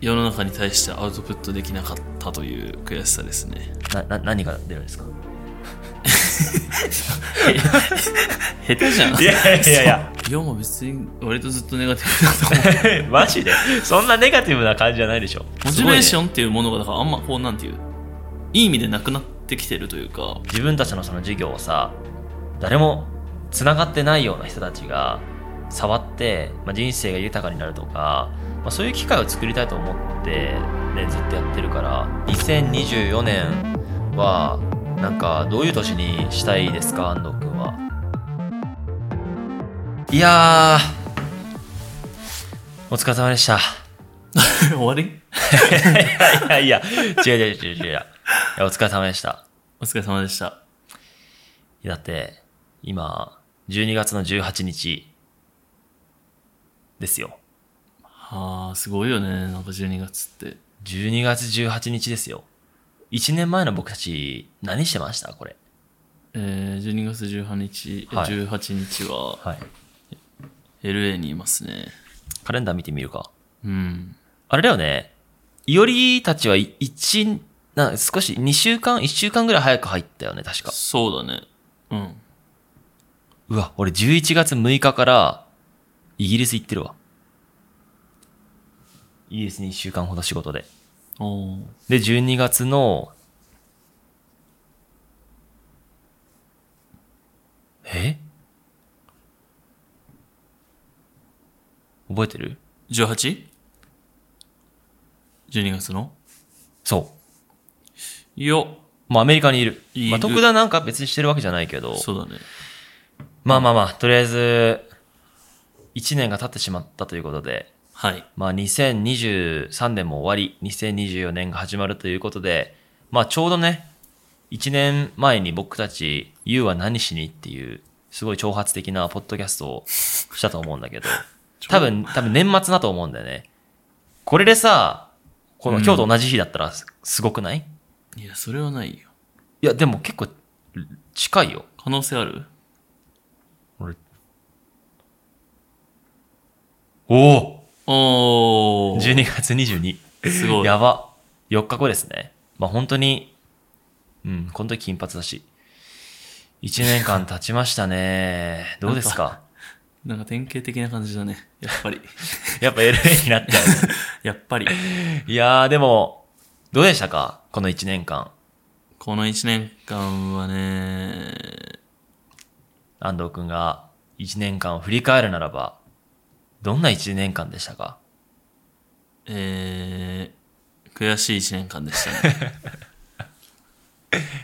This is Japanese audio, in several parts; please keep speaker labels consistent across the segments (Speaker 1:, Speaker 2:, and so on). Speaker 1: 世の中に対してアウトプットできなかったという悔しさですね。
Speaker 2: なな何が出るんですか
Speaker 1: 下手じゃん。
Speaker 2: いやいやいや
Speaker 1: 世も別に割とずっとネガティブだと思
Speaker 2: マジでそんなネガティブな感じじゃないでしょ
Speaker 1: う。モチベーシ
Speaker 2: ン、
Speaker 1: ョンっていうものが、だからあんまこうなんていう、いい意味でなくなってきてるというか、
Speaker 2: 自分たちのその授業をさ誰もつながってないような人たちが触って、まあ、人生が豊かになるとか、まあ、そういう機会を作りたいと思って、ね、ずっとやってるから2024年はなんかどういう年にしたいですか安藤君はいやーお疲れ様でした。
Speaker 1: 終わり
Speaker 2: い やいや、 違う違う違う違う。いや、お疲れ様でした。
Speaker 1: お疲れ様でした。
Speaker 2: いやだって、今、12月の18日、ですよ。
Speaker 1: あー、すごいよね。なんか12月って。
Speaker 2: 12月18日ですよ。1年前の僕たち、何してましたこれ。
Speaker 1: えー、12月18日、
Speaker 2: はい
Speaker 1: 18日は
Speaker 2: はい。
Speaker 1: LA にいますね。
Speaker 2: カレンダー見てみるか。
Speaker 1: うん。
Speaker 2: あれだよね。いおりたちは1、な、少し2週間、1週間ぐらい早く入ったよね、確か。
Speaker 1: そうだね。うん。
Speaker 2: うわ、俺11月6日から、イギリス行ってるわ。イギリスに1週間ほど仕事で。
Speaker 1: おー
Speaker 2: で、12月の、え覚えてる
Speaker 1: 18?12 月の
Speaker 2: そ
Speaker 1: いや、
Speaker 2: う。まあ、アメリカにいる。
Speaker 1: いる
Speaker 2: まあ、特段なんか別にしてるわけじゃないけど。
Speaker 1: そうだね。
Speaker 2: まあまあまあ、とりあえず、1年が経ってしまったということで、
Speaker 1: はい。
Speaker 2: まあ、2023年も終わり、2024年が始まるということで、まあ、ちょうどね、1年前に僕たち、You は何しにっていう、すごい挑発的なポッドキャストをしたと思うんだ けど、多分、多分年末だと思うんだよね。これでさ、この
Speaker 1: うん
Speaker 2: 今日と同じ日だったらすすごくない、い
Speaker 1: いや、それはないよ。
Speaker 2: や、でも結構近いよ。
Speaker 1: 可能性ある
Speaker 2: 俺おお
Speaker 1: おー
Speaker 2: !12 月22。
Speaker 1: すごい。
Speaker 2: やば。4日後ですね。まあ本当に、うん、この時金髪だし。1年間経ちました ね。どうですか
Speaker 1: なんか典型的な感じだね。やっぱ り。
Speaker 2: やっぱ LA になったよね。
Speaker 1: やっぱり。
Speaker 2: いやーでも、どうでしたかこの1年間。
Speaker 1: この1年間はね、
Speaker 2: 安藤くんが1年間を振り返るならば、どんな1年間でしたか
Speaker 1: えー、悔しい1年間でした ね。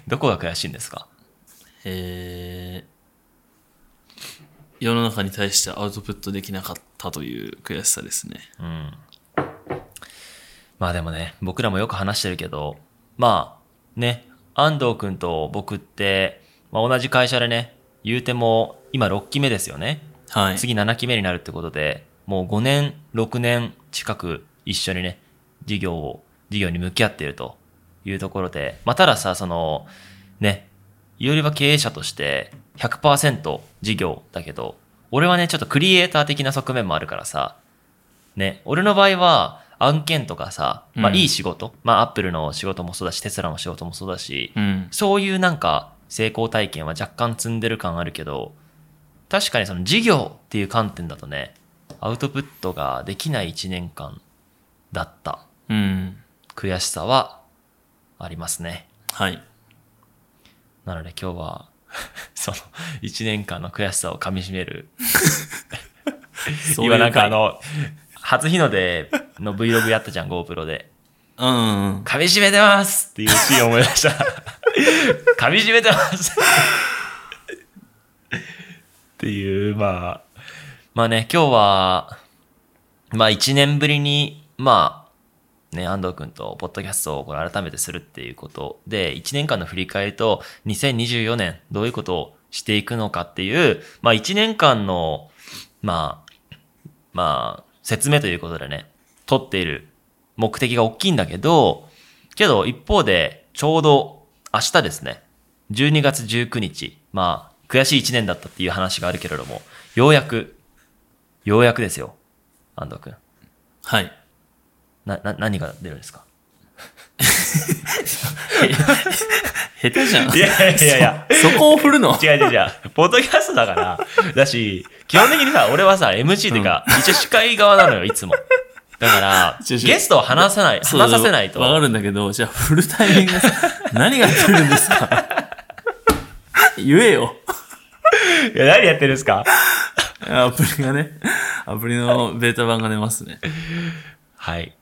Speaker 2: どこが悔しいんですか
Speaker 1: えー世の中に対してアウトプットできなかったという悔しさですね。
Speaker 2: うん。まあでもね、僕らもよく話してるけど、まあね、安藤くんと僕って、まあ、同じ会社でね、言うても今6期目ですよね。
Speaker 1: はい。
Speaker 2: 次7期目になるってことで、もう5年、6年近く一緒にね、事業を、事業に向き合っているというところで、まあ、たださ、その、ね、いよりは経営者として100%事業だけど、俺はね、ちょっとクリエイター的な側面もあるからさ、ね、俺の場合は案件とかさ、まあ、
Speaker 1: うん
Speaker 2: いい仕事、まあ、アップルの仕事もそうだし、テスラの仕事もそうだし、
Speaker 1: うん。
Speaker 2: そういうなんか成功体験は若干積んでる感あるけど、確かにその事業っていう観点だとね、アウトプットができない1年間だった
Speaker 1: うん。
Speaker 2: 悔しさはありますね。
Speaker 1: はい。
Speaker 2: なので今日は、 その1年間の悔しさを噛み締める。
Speaker 1: そういう
Speaker 2: 今なんかあ
Speaker 1: 回、
Speaker 2: の、初日の出の Vlog やったじゃん、GoPro で。
Speaker 1: うん、うん。
Speaker 2: 噛み締めてますっていうシーンを思い出した。 噛み締めてますっていう、まあ。まあね、今日は、まあ一年ぶりに、まあ、ね、安藤くんとポッドキャストをこれ改めてするっていうことで、一年間の振り返りと、2024年どういうことをしていくのかっていう、まあ一年間の、まあ、まあ、説明ということでね、取っている目的が大きいんだけど、けど一方で、ちょうど明日ですね、12月19日、まあ、悔しい1年だったっていう話があるけれども、ようやく、ようやくですよ、安藤くん。
Speaker 1: はい。
Speaker 2: な、な、何が出るんですか
Speaker 1: 下手じ ゃん。
Speaker 2: いやいやいやい や
Speaker 1: そこを振るの
Speaker 2: 違う違う違う。ポッドキャストだから、だし、基本的にさ、俺はさ、MC っていうか、一応司会側なのよ、いつも。だ から、
Speaker 1: 違う
Speaker 2: ゲ
Speaker 1: 違う
Speaker 2: ストを話さない、話させないと。
Speaker 1: わかるんだけど、じゃあ振るタイミングがさ、 何が来るんですか 言えよ。
Speaker 2: いや、何やってるんですか
Speaker 1: アプリがね、アプリのベータ版が出ますね。
Speaker 2: はい。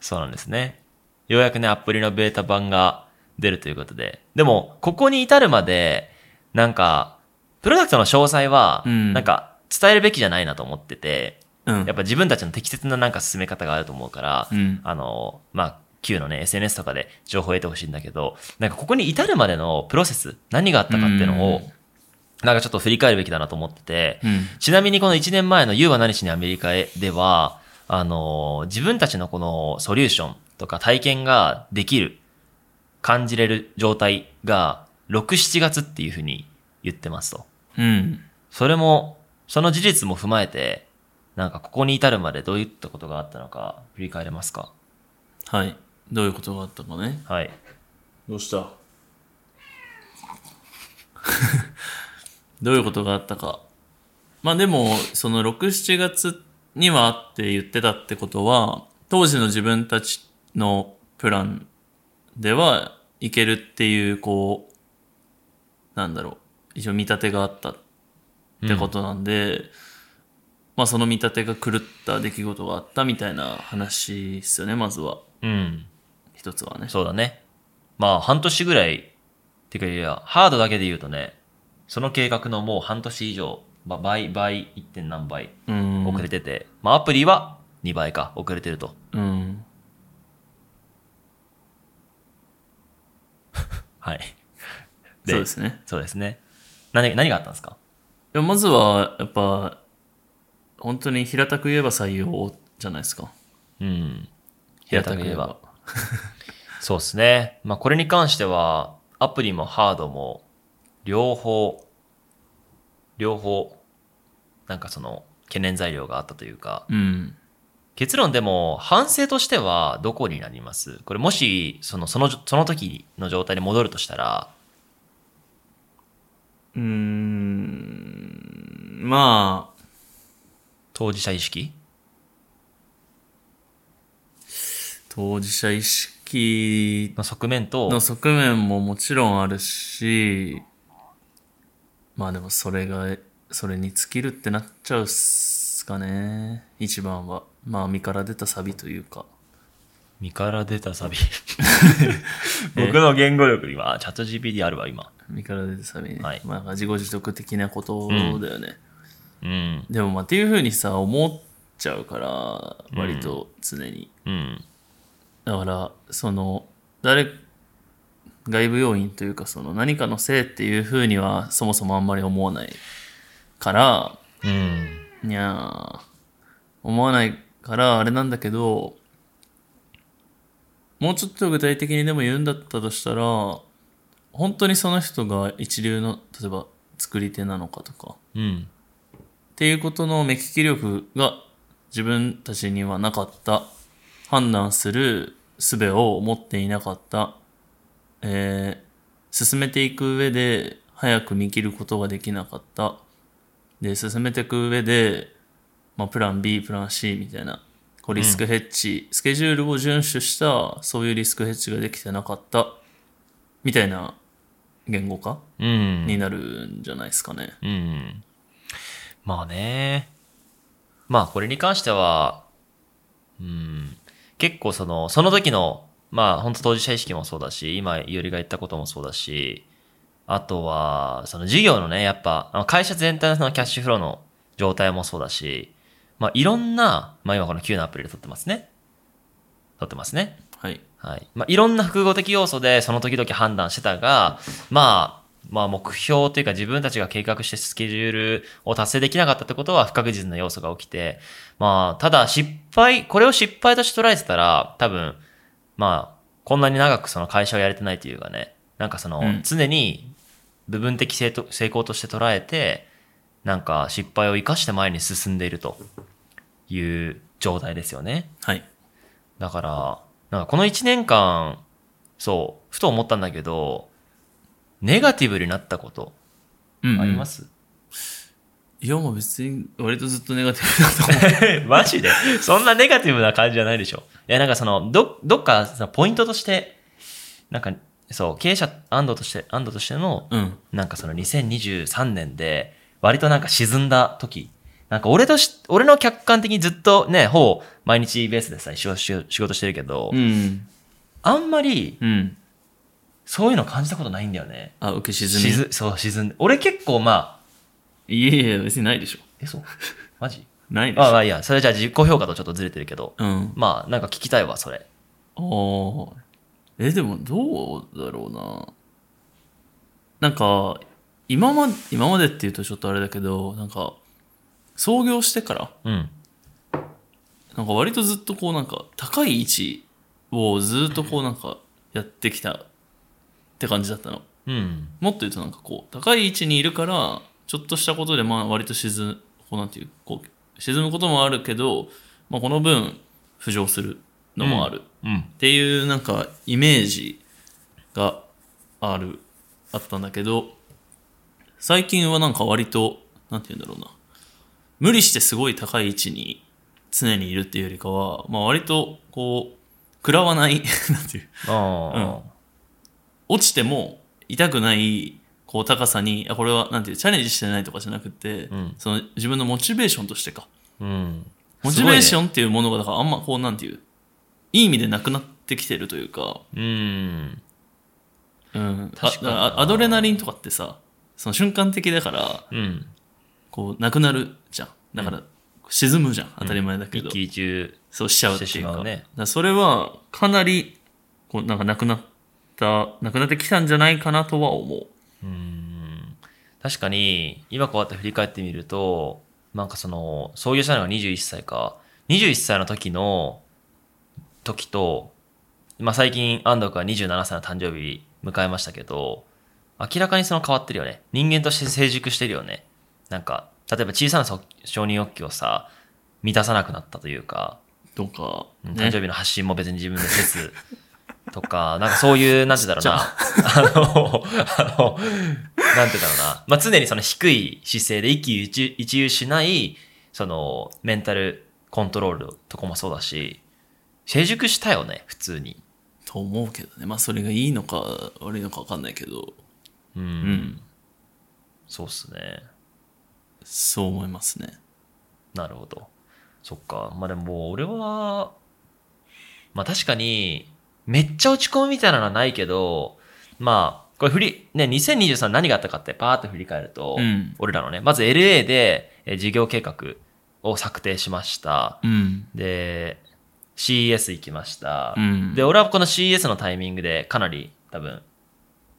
Speaker 2: そうなんですね。ようやくね、アプリのベータ版が出るということで。でも、ここに至るまで、なんか、プロダクトの詳細は、
Speaker 1: うん
Speaker 2: なんか、伝えるべきじゃないなと思ってて、
Speaker 1: うん。
Speaker 2: やっぱ自分たちの適切ななんか進め方があると思うから、
Speaker 1: うん
Speaker 2: あの、まあ、Q のね、SNS とかで情報を得てほしいんだけど、なんかここに至るまでのプロセス、何があったかっていうのを、
Speaker 1: うん
Speaker 2: なんかちょっと振り返るべきだなと思ってて、
Speaker 1: うん
Speaker 2: ちなみにこの1年前の You は何しにアメリカへでは、あの、自分たちのこのソリューションとか体験ができる、感じれる状態が6、7月っていうふうに言ってますと。
Speaker 1: うん。
Speaker 2: それも、その事実も踏まえて、なんかここに至るまでどういったことがあったのか振り返れますか
Speaker 1: はい。どういうことがあったかね。
Speaker 2: はい。
Speaker 1: どうした どういうことがあったか。まあでも、その6、7月にはって言ってたってことは、当時の自分たちのプランではいけるっていう、こう、なんだろう、一応見立てがあったってことなんで、まあその見立てが狂った出来事があったみたいな話ですよね、まずは。
Speaker 2: うん。
Speaker 1: 一つはね。
Speaker 2: そうだね。まあ半年ぐらい、てかいや、ハードだけで言うとね、その計画のもう半年以上、まあ、倍、倍、1. 点何倍
Speaker 1: うん。
Speaker 2: 遅れてて、まあアプリは2倍か、遅れてると。
Speaker 1: うん。
Speaker 2: はい。
Speaker 1: そうですね。
Speaker 2: そうですね。何、何があったんですか
Speaker 1: いやまずは、やっぱ、本当に平たく言えば採用じゃないですか。
Speaker 2: うん。平たく言えば。そうですね。まあ、これに関しては、アプリもハードも、両方、両方、なんかその、懸念材料があったというか、
Speaker 1: うん。
Speaker 2: 結論でも、反省としてはどこになりますこれもし、その、その、その時の状態に戻るとしたら、
Speaker 1: うーん。まあ、
Speaker 2: 当事者意識
Speaker 1: 当事者意識
Speaker 2: の側面と、
Speaker 1: の側面ももちろんあるし、まあでもそれが、それに尽きるってなっちゃうっすかね。一番は。まあ身から出たサビというか。
Speaker 2: 身から出たサビ。 僕の言語力、今、チャット GPT あるわ、今。
Speaker 1: 身から出たサビね。
Speaker 2: はい
Speaker 1: まあなんか自己自得的なことだよね。
Speaker 2: うん。
Speaker 1: でもまあっていうふうにさ思っちゃうから割と常に、
Speaker 2: うん。
Speaker 1: だからその誰外部要因というかその何かのせいっていうふうにはそもそもあんまり思わないから
Speaker 2: うん。
Speaker 1: いやー思わないからあれなんだけどもうちょっと具体的にでも言うんだったとしたら本当にその人が一流の例えば作り手なのかとか
Speaker 2: うん。
Speaker 1: っていうことの目利き力が自分たちにはなかった判断する術を持っていなかった、えー進めていく上で早く見切ることができなかったで進めていく上で、まあ、プラン B プラン C みたいなこうリスクヘッジ、スケジュールを遵守したそういうリスクヘッジができてなかったみたいな言語化
Speaker 2: うん。
Speaker 1: になるんじゃないですかね。
Speaker 2: うん。まあね。まあこれに関しては、うん、結構その、その時の、まあ本当当事者意識もそうだし、今いおりが言ったこともそうだし、あとは、その事業のね、やっぱ、あの会社全体のそのキャッシュフローの状態もそうだし、まあいろんな、まあ今この Q のアプリで撮ってますね。撮ってますね。
Speaker 1: はい、
Speaker 2: はい。まあ、いろんな複合的要素でその時々判断してたが、まあ、まあ、目標というか自分たちが計画してスケジュールを達成できなかったってことは不確実な要素が起きて、まあ、ただ失敗、これを失敗として捉えてたら、多分、まあ、こんなに長くその会社をやれてないというかね、なんかその
Speaker 1: うん、
Speaker 2: 常に部分的成と成功として捉えて、なんか失敗を生かして前に進んでいるという状態ですよね。
Speaker 1: はい
Speaker 2: だから、なんかこの1年間、そう、ふと思ったんだけど、ネガティブになったこと
Speaker 1: うんうん
Speaker 2: あります、
Speaker 1: いや、もう別に、割とずっとネガティブだと思う。
Speaker 2: マジでそんなネガティブな感じじゃないでしょ。いや、なんかその、ど、どっかさ、ポイントとして、なんか、そう、経営者、安藤として、安藤としての、
Speaker 1: うん。
Speaker 2: なんかその2023年で、割となんか沈んだ時、なんか俺とし、俺の客観的にずっとね、ほぼ毎日ベースでさ、一緒仕事してるけど、
Speaker 1: うん。
Speaker 2: あんまり、
Speaker 1: うん。
Speaker 2: そういうの感じたことないんだよね。
Speaker 1: あ、受け沈み。
Speaker 2: 沈そう、沈んで。俺結構まあ、
Speaker 1: いやいや、別にないでしょ。
Speaker 2: え、そうマジ
Speaker 1: ないでし
Speaker 2: まあ
Speaker 1: ょ。
Speaker 2: まあいいや、それじゃあ自己評価とちょっとずれてるけど。
Speaker 1: うん。
Speaker 2: まあ、なんか聞きたいわ、それ。
Speaker 1: ああ。え、でもどうだろうな。なんか、今まで、今までっていうとちょっとあれだけど、なんか、創業してから、
Speaker 2: うん。
Speaker 1: なんか割とずっとこうなんか、高い位置をずっとこうなんか、やってきたって感じだったの。
Speaker 2: うん。
Speaker 1: もっと言うとなんかこう、高い位置にいるから、ちょっとしたことでまあ割と沈む、こうなんていう、こう、沈むこともあるけど、まあこの分、浮上するのもある。
Speaker 2: うん。
Speaker 1: っていうなんかイメージがあるあったんだけど最近はなんか割となんて言うんだろうな無理してすごい高い位置に常にいるっていうよりかは、まあ、割とこう食らわない なんていう
Speaker 2: あ
Speaker 1: 落ちても痛くないこう高さにあこれはなんていうチャレンジしてないとかじゃなくて、
Speaker 2: ん
Speaker 1: その自分のモチベーションとしてか
Speaker 2: あ。うん。
Speaker 1: モチベーシ
Speaker 2: ョ
Speaker 1: ョンっていうものがだからあんまこうなんていういい意味でなくなってきてるというか
Speaker 2: ン。
Speaker 1: うん、
Speaker 2: 確かに
Speaker 1: ああアドレナリンとかってさその瞬間的だから
Speaker 2: うん。うん。
Speaker 1: こうなくなるじゃんだから、沈むじゃん当たり前だけど、
Speaker 2: 一気中。
Speaker 1: そうしちゃうって
Speaker 2: して
Speaker 1: い
Speaker 2: し
Speaker 1: う
Speaker 2: ま
Speaker 1: か
Speaker 2: うね
Speaker 1: だからそれはかなりこうなんかなくなったなくなってきたんじゃないかなとは思う
Speaker 2: うん。確かに、今こうやって振り返ってみると、なんかその、創業したのが21歳か。21歳の時の、時と、まあ最近安藤君は27歳の誕生日迎えましたけど、明らかにその変わってるよね。人間として成熟してるよね。なんか、例えば小さなそ承認欲求をさ、満たさなくなったというか、
Speaker 1: とか、
Speaker 2: うん
Speaker 1: ね
Speaker 2: 誕生日の発信も別に自分でせず、とか、 なんかそういう、なんて言うんだろうな。あの、 あの、なんて言うんだろうな。まあ、常にその低い姿勢で一喜一憂一憂しない、その、メンタルコントロールとかもそうだし、成熟したよね、普通に。
Speaker 1: と思うけどねまあそれがいいのか悪いのか分かんないけど
Speaker 2: うん。
Speaker 1: うん
Speaker 2: そうっすね。
Speaker 1: そう思いますね
Speaker 2: なるほど。そっか。まあでももう俺は、まあ確かに、めっちゃ落ち込むみたいなのはないけど、まあ、これ振り、ね、2023何があったかってパーって振り返ると、
Speaker 1: うん
Speaker 2: 俺らのね、まず LA でえー事業計画を策定しました。
Speaker 1: うん
Speaker 2: で、CES 行きました。
Speaker 1: うん
Speaker 2: で、俺はこの CES のタイミングでかなり多分、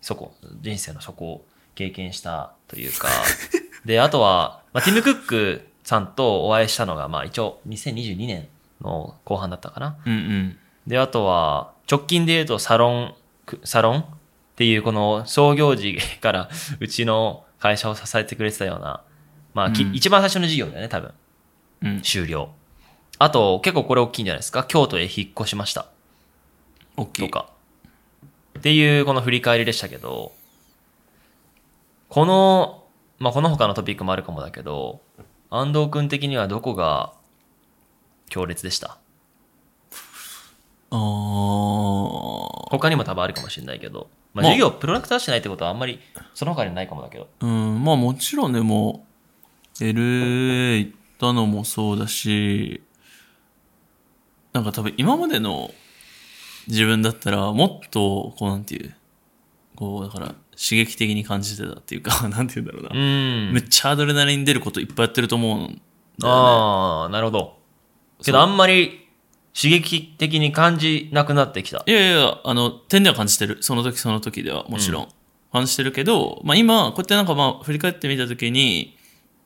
Speaker 2: そこ、人生のそこを経験したという か、で、あとは、まあ、ティム・クックさんとお会いしたのが、まあ一応2022年の後半だったかな。
Speaker 1: うんうん
Speaker 2: で、あとは、直近で言うとサロン、くサロンっていうこの創業時から うちの会社を支えてくれてたような、まあ、き
Speaker 1: うん
Speaker 2: 一番最初の事業だよね、多分。
Speaker 1: うん
Speaker 2: 終了。あと、結構これ大きいんじゃないですか。京都へ引っ越しました。
Speaker 1: 大き
Speaker 2: と
Speaker 1: い
Speaker 2: か。っていう、この振り返りでしたけど、この、まあ、この他のトピックもあるかもだけど、安藤君的にはどこが強烈でした
Speaker 1: ああ
Speaker 2: 他にも多分あるかもしれないけど、まあ、
Speaker 1: まあ
Speaker 2: 授業、プロダクターしてないってことはあんまり、その他にないかもだけど。
Speaker 1: うん、まあもちろんでも、LA 行ったのもそうだし、なんか多分今までの自分だったらもっと、こうなんていう、こうだから刺激的に感じてたっていうか、 なんて言うんだろうな
Speaker 2: う。ん。
Speaker 1: めっちゃアドレナリン出ることいっぱいやってると思うんだよね。
Speaker 2: ああ、なるほど。けどあんまり刺激的に感じなくなってきた。
Speaker 1: いやいやいや、あの、点では感じてる。その時その時ではもちろん。感じてるけど、まあ今、こうやってなんかまあ振り返ってみた時に、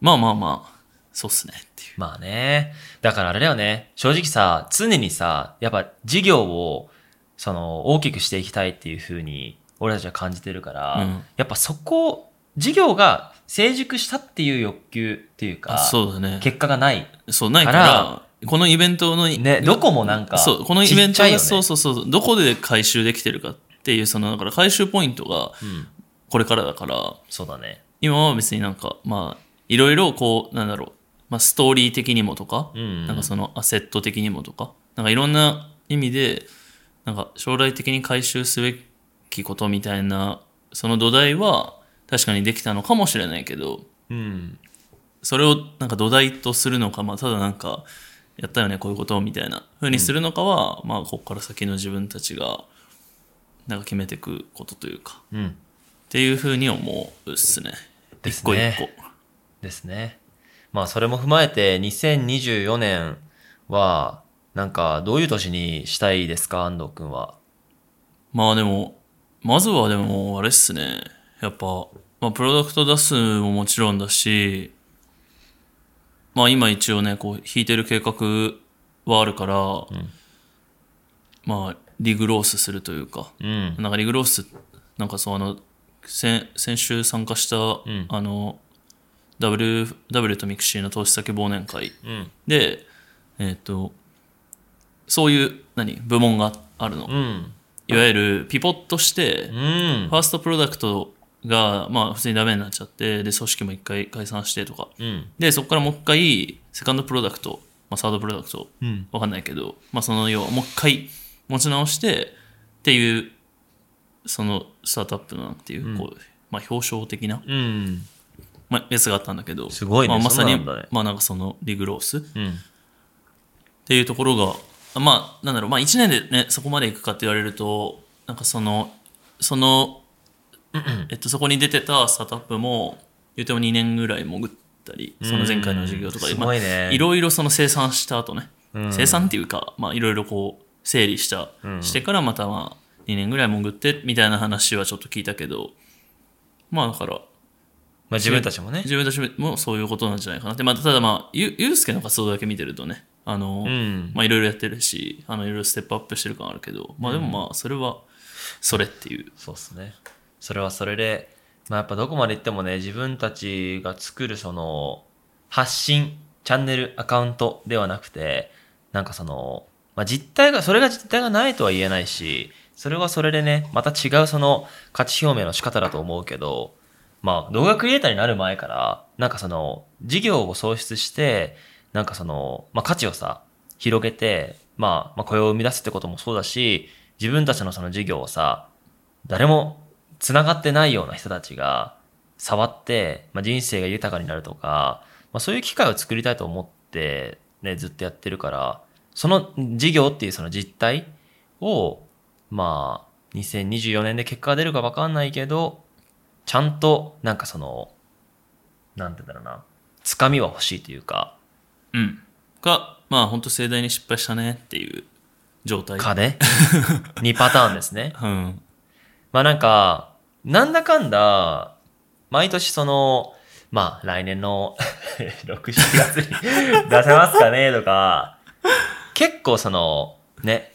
Speaker 1: まあまあまあ、そうっすねっていう。
Speaker 2: まあね。だからあれだよね。正直さ、常にさ、やっぱ事業を、その、大きくしていきたいっていう風に、俺たちは感じてるから、
Speaker 1: うん
Speaker 2: やっぱそこ、事業が成熟したっていう欲求っていうか、
Speaker 1: あそうだね。
Speaker 2: 結果がない
Speaker 1: そう、ないか、
Speaker 2: から
Speaker 1: このイベントの、
Speaker 2: ね、どこもなんか、
Speaker 1: そう、このイベン
Speaker 2: ちっち
Speaker 1: ト
Speaker 2: ゃ
Speaker 1: が、
Speaker 2: いよね
Speaker 1: そうそうそう、どこで回収できてるかっていう、その、だから回収ポイントが
Speaker 2: ん、
Speaker 1: これからだから、
Speaker 2: そうだね。
Speaker 1: 今は別になんか、まあ、いろいろこう、なんだろう、まあ、ストーリー的にもとか、
Speaker 2: うんうん
Speaker 1: なんかそのアセット的にもとか、なんかいろんな意味で、なんか将来的に回収すべきことみたいな、その土台は確かにできたのかもしれないけど、
Speaker 2: うん。
Speaker 1: それをなんか土台とするのか、まあ、ただなんか、やったよね、こういうことをみたいな風にするのかは、まあ、ここから先の自分たちが、なんか決めていくことというか、っ
Speaker 2: うん。
Speaker 1: ていう風に思うっすね。
Speaker 2: ですね
Speaker 1: 一個一個。
Speaker 2: ですね。まあ、それも踏まえて、2024年は、なんか、どういう年にしたいですか、安藤くんは。
Speaker 1: まあでも、まずはでも、あれっすね。やっぱ、まあ、プロダクト出すももちろんだし、まあ今一応ね、こう、引いてる計画はあるから、まあ、リグロースするというか、
Speaker 2: うん。
Speaker 1: なんかリグロース、なんかそう、あの、先先週参加した、
Speaker 2: ん
Speaker 1: あの、W、W とミクシーの投資先忘年会
Speaker 2: うん。
Speaker 1: で、えっ、と、そういう、何、部門があるの。
Speaker 2: うん。
Speaker 1: いわゆるピボットして、フ
Speaker 2: うん。
Speaker 1: ァーストプロダクトが、まあ、普通にダメになっちゃって、で、組織も一回解散してとか。
Speaker 2: うん。
Speaker 1: で、そこからもう一回、セカンドプロダクト、まあ、サードプロダクト、
Speaker 2: うん。
Speaker 1: わかんないけど、まあ、その要はもう一回持ち直してっていう、そのスタートアップのなんていう、こう、まあ、表彰的な、
Speaker 2: うん。
Speaker 1: まあ、やつがあったんだけど、
Speaker 2: すごいね
Speaker 1: まあ、まさに、
Speaker 2: そうなんだね
Speaker 1: まあ、なんかその、リグロースっ
Speaker 2: うん。
Speaker 1: ていうところが、あまあ、なんだろう、まあ、1年でね、そこまでいくかって言われると、なんかその、その、えっと、そこに出てたスタートアップも、言うても2年ぐらい潜ったり、その前回の授業とか
Speaker 2: う
Speaker 1: で、
Speaker 2: んす
Speaker 1: まあ
Speaker 2: ごいね。
Speaker 1: いろいろその生産した後ね、
Speaker 2: うん
Speaker 1: 生産っていうか、まあ、いろいろこう整理した、
Speaker 2: うん
Speaker 1: してからまたまあ2年ぐらい潜ってみたいな話はちょっと聞いたけどまあだから
Speaker 2: まあ、自分たちもね。
Speaker 1: 自分たちもそういうことなんじゃないかなって、まあ、ただまあゆゆうすけの活動だけ見てるとねあの、
Speaker 2: うん。
Speaker 1: まあ、いろいろやってるしあのいろいろステップアップしてる感あるけどまあでもまあそれはそれっていう、
Speaker 2: そうですね。それはそれで、まあ、やっぱどこまで行ってもね、自分たちが作るその、発信、チャンネル、アカウントではなくて、なんかその、まあ、実態が、それが実態がないとは言えないし、それはそれでね、また違うその価値表明の仕方だと思うけど、まあ、動画クリエイターになる前から、なんかその、事業を創出して、なんかその、まあ、価値をさ、広げて、まあ、まあ、雇用を生み出すってこともそうだし、自分たちのその事業をさ、誰も繋がってないような人たちが触って、まあ、人生が豊かになるとか、まあ、そういう機会を作りたいと思って、ね、ずっとやってるから、その事業っていうその実態を、まあ、2024年で結果が出るかわかんないけど、ちゃんと、なんかその、なんて言うんだろうな、つかみは欲しいというか、
Speaker 1: うん、がまあ本当盛大に失敗したねっていう状態
Speaker 2: か ね。2パターンですね。
Speaker 1: うん
Speaker 2: まあなんか、なんだかんだ、毎年その、まあ来年の 6、7月に 出せますかねとか、結構その、ね、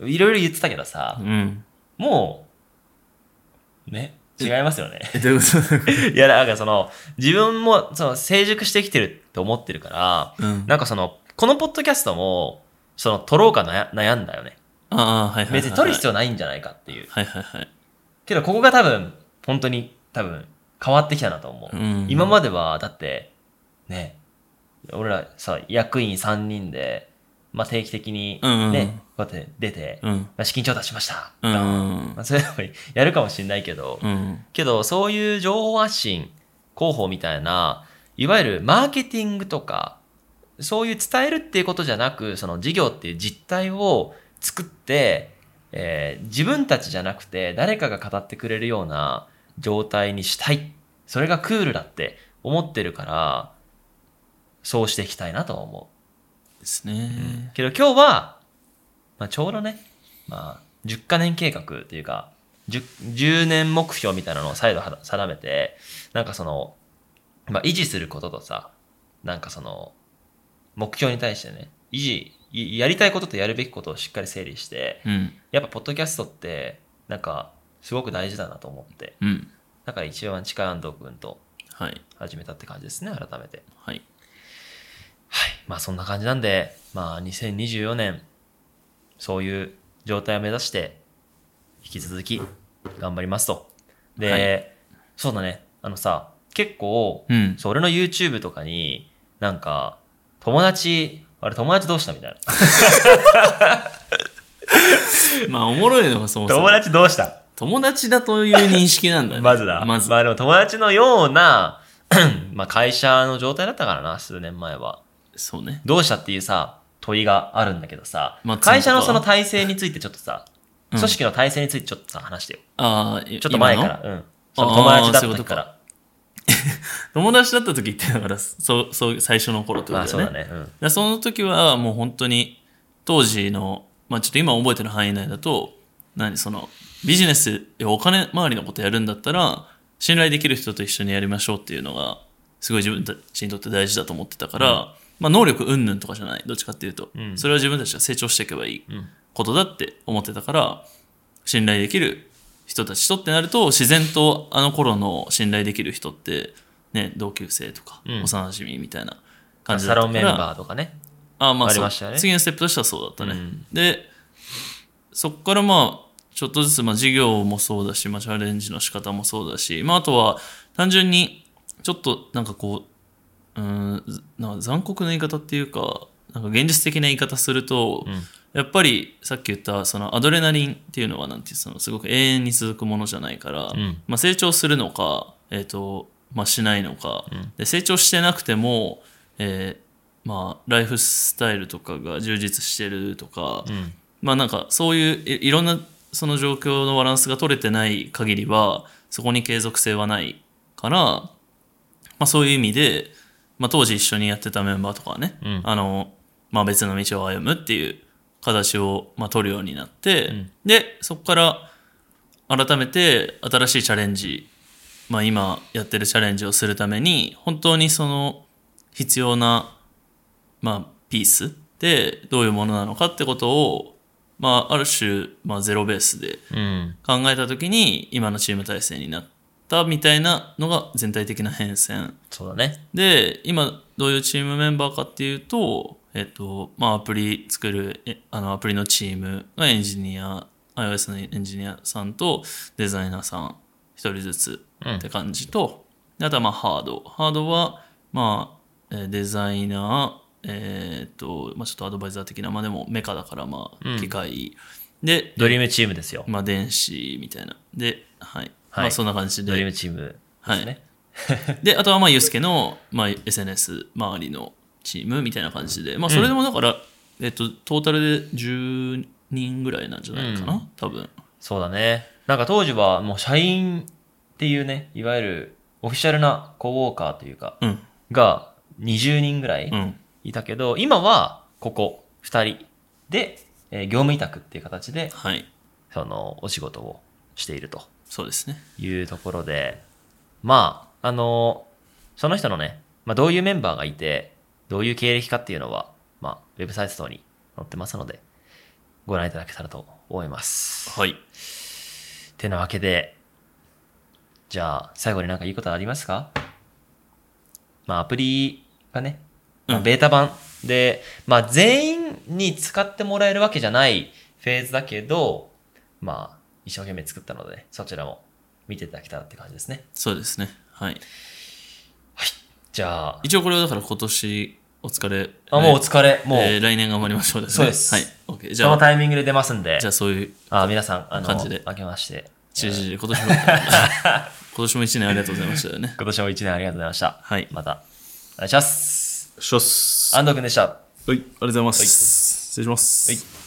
Speaker 2: いろいろ言ってたけど
Speaker 1: う
Speaker 2: さ、
Speaker 1: ん
Speaker 2: もう、ね、違いますよね。
Speaker 1: えどういうこと
Speaker 2: いや、なんかその、自分もその成熟してきてると思ってるから、
Speaker 1: うん
Speaker 2: なんかその、このポッドキャストも、その、撮ろうか悩悩んだよね。
Speaker 1: ああはいはいはいはい
Speaker 2: 別に撮る必要ないんじゃないかっていう。
Speaker 1: はいはいはい
Speaker 2: けどここが多分本当に多分変わってきたなと思う、
Speaker 1: うん
Speaker 2: 今まではだってね俺らさ役員3人で、まあ、定期的にね、
Speaker 1: うんうん
Speaker 2: こうやって出て、ま
Speaker 1: うん
Speaker 2: あ、資金調達しました、
Speaker 1: うんう
Speaker 2: ま
Speaker 1: ん
Speaker 2: あ、そういうのもやるかもしれないけど、
Speaker 1: うん
Speaker 2: けどそういう情報発信広報みたいないわゆるマーケティングとかそういう伝えるっていうことじゃなくその事業っていう実態を作って、えー自分たちじゃなくて誰かが語ってくれるような状態にしたいそれがクールだって思ってるからそうしていきたいなとは思う。
Speaker 1: ですね。
Speaker 2: けど今日は、まあ、ちょうどね、まあ、10カ年計画というか 10, 10年目標みたいなのを再度は定めてなんかその、まあ、維持することとさなんかその目標に対してね維持いやりたいこととやるべきことをしっかり整理して
Speaker 1: うん。
Speaker 2: やっぱポッドキャストってなんかすごく大事だなと思って
Speaker 1: うん。
Speaker 2: だから一番近い安藤君と
Speaker 1: はい。
Speaker 2: 始めたって感じですね改めて
Speaker 1: はい。
Speaker 2: はい。まあそんな感じなんで、まあ2024年、そういう状態を目指して、引き続き頑張りますと。で、
Speaker 1: は
Speaker 2: そうだね。あのさ、結構、
Speaker 1: うん。
Speaker 2: そう、俺の YouTube とかに、なんか、友達、あれ友達どうしたみたいな。
Speaker 1: まあ、おもろいのがそもそ
Speaker 2: 友
Speaker 1: も。
Speaker 2: 達どうした
Speaker 1: 友達だという認識なんだよね。
Speaker 2: まずだ。
Speaker 1: まず。
Speaker 2: あでも友達のような、 まあ会社の状態だったからな、数年前は。
Speaker 1: そうね。
Speaker 2: どうしたっていうさ、問いがあるんだけどさ、
Speaker 1: まあ
Speaker 2: 会社の
Speaker 1: そ
Speaker 2: そう
Speaker 1: か
Speaker 2: の体制についてちょっとさ、
Speaker 1: うん
Speaker 2: 組織の体制についてちょっとさ、話してよ。
Speaker 1: ああ、ち
Speaker 2: ちょっと前から。うん。その
Speaker 1: あー
Speaker 2: 友達だっ
Speaker 1: そういうこと
Speaker 2: た
Speaker 1: か
Speaker 2: か。
Speaker 1: ら友達だった時って、だから、そう、そう、最初の頃ってこ
Speaker 2: まあ
Speaker 1: と
Speaker 2: そ
Speaker 1: だ
Speaker 2: う
Speaker 1: よ
Speaker 2: だ
Speaker 1: ね。
Speaker 2: ね。うん。
Speaker 1: でその時は、もう本当に、当時の、まあちょっと今覚えてる範囲内だと、何、その、ビジネス、やお金周りのことやるんだったら、信頼できる人と一緒にやりましょうっていうのが、すごい自分たちにとって大事だと思ってたから、まあ能力云々とかじゃない。どっちかっていうと、
Speaker 2: ん
Speaker 1: それは自分たちが成長していけばいい
Speaker 2: ん
Speaker 1: ことだって思ってたから、信頼できる人たちとってなると自然とあの頃の信頼できる人って、ね、同級生とか
Speaker 2: うん
Speaker 1: 幼馴染みたいな感じだ
Speaker 2: サ
Speaker 1: ったか
Speaker 2: ロ
Speaker 1: ら、
Speaker 2: ンメンバーとかね。
Speaker 1: あまあ
Speaker 2: あり
Speaker 1: そう
Speaker 2: ましたよね
Speaker 1: 次のステップとしてはそうだったね、
Speaker 2: うん
Speaker 1: でそこからまあちょっとずつまあ授業もそうだし、まあ、チャレンジの仕方もそうだし、まあ、あとは単純にちょっとなんかこううーんずなんか残酷な言い方っていうかなんか現実的な言い方すると、やっぱりさっき言ったそのアドレナリンっていうのはなんていうそのすごく永遠に続くものじゃないから、
Speaker 2: ん
Speaker 1: まあ、成長するのか、えーとまあ、しないのか、で成長してなくても、えーまあ、ライフスタイルとかが充実してるとか、
Speaker 2: うん。
Speaker 1: まあなんかそういういいろんなその状況のバランスが取れてない限りはそこに継続性はないから、まあ、そういう意味で、まあ、当時一緒にやってたメンバーとかはね、
Speaker 2: うん
Speaker 1: あのまあ、別の道を歩むっていう形をまあ取るようになって、
Speaker 2: ん
Speaker 1: でそこから改めて新しいチャレンジ、まあ、今やってるチャレンジをするために本当にその必要なまあ、ピースってどういうものなのかってことを、まあ、ある種、まあ、ゼロベースで
Speaker 2: うん。
Speaker 1: 考えた時に今のチーム体制になったみたいなのが全体的な変遷
Speaker 2: そうだね。
Speaker 1: で今どういうチームメンバーかっていうと、えっとまあ、アプリ作るえあのアプリのチームがエンジニア iOS のエンジニアさんとデザイナーさん一人ずつ
Speaker 2: うん
Speaker 1: って感じと、であとはまあハードハードは、まあ、えーデザイナーえーっと、まあ、ちょっとアドバイザー的な、まあ、でもメカだからまあ機械、で、
Speaker 2: ドリームチームですよ。
Speaker 1: まあ、電子みたいなではい、
Speaker 2: は
Speaker 1: ま
Speaker 2: い
Speaker 1: あ、そんな感じで
Speaker 2: ドリームチームですね。
Speaker 1: で、あとはまあ、ユースケの、まあ、SNS 周りのチームみたいな感じで、まあ、それでもだから、えっと、トータルで10人ぐらいなんじゃないかな、
Speaker 2: う
Speaker 1: 多分。
Speaker 2: そうだね。なんか当時はもう社員っていうね、いわゆるオフィシャルなコウォーカーというか、
Speaker 1: うん、
Speaker 2: が20人ぐらい
Speaker 1: うん、
Speaker 2: いたけど、今はここ2人で、えー業務委託っていう形で、
Speaker 1: はい、
Speaker 2: そのお仕事をしていると
Speaker 1: そうですね。
Speaker 2: いうところで、まあ、あのその人のね、まあ、どういうメンバーがいて、どういう経歴かっていうのは、まあ、ウェブサイト等に載ってますので、ご覧いただけたらと思います。
Speaker 1: はい。
Speaker 2: てなわけで、じゃあ、最後になんかいいことありますかまあ、アプリがね、まあ
Speaker 1: うん
Speaker 2: ベータ版で、まあ、全員に使ってもらえるわけじゃないフェーズだけど、まあ、一生懸命作ったので、そちらも見ていただけたらって感じですね。
Speaker 1: そうですね。はい。
Speaker 2: じゃあ、
Speaker 1: 一応これはだから今年、お疲れ。
Speaker 2: あもうお
Speaker 1: れ。
Speaker 2: 疲れ、もう、
Speaker 1: えー来年頑張りましょうですね。
Speaker 2: そうです
Speaker 1: はい。OK。じ
Speaker 2: そ
Speaker 1: ゃ
Speaker 2: の
Speaker 1: あ、
Speaker 2: タイミングで出ますんで
Speaker 1: じゃ、あそういう
Speaker 2: あ皆さん、あの、
Speaker 1: 感じで
Speaker 2: 明けまして、
Speaker 1: 中止で、今年も、 今年も一年ありがとうございましたよね。
Speaker 2: 今年も一年ありがとうございました。
Speaker 1: はい。
Speaker 2: また、お願いします。
Speaker 1: しょっす。
Speaker 2: 安藤くんでした。
Speaker 1: はい、ありがとうございます。失礼します。
Speaker 2: はい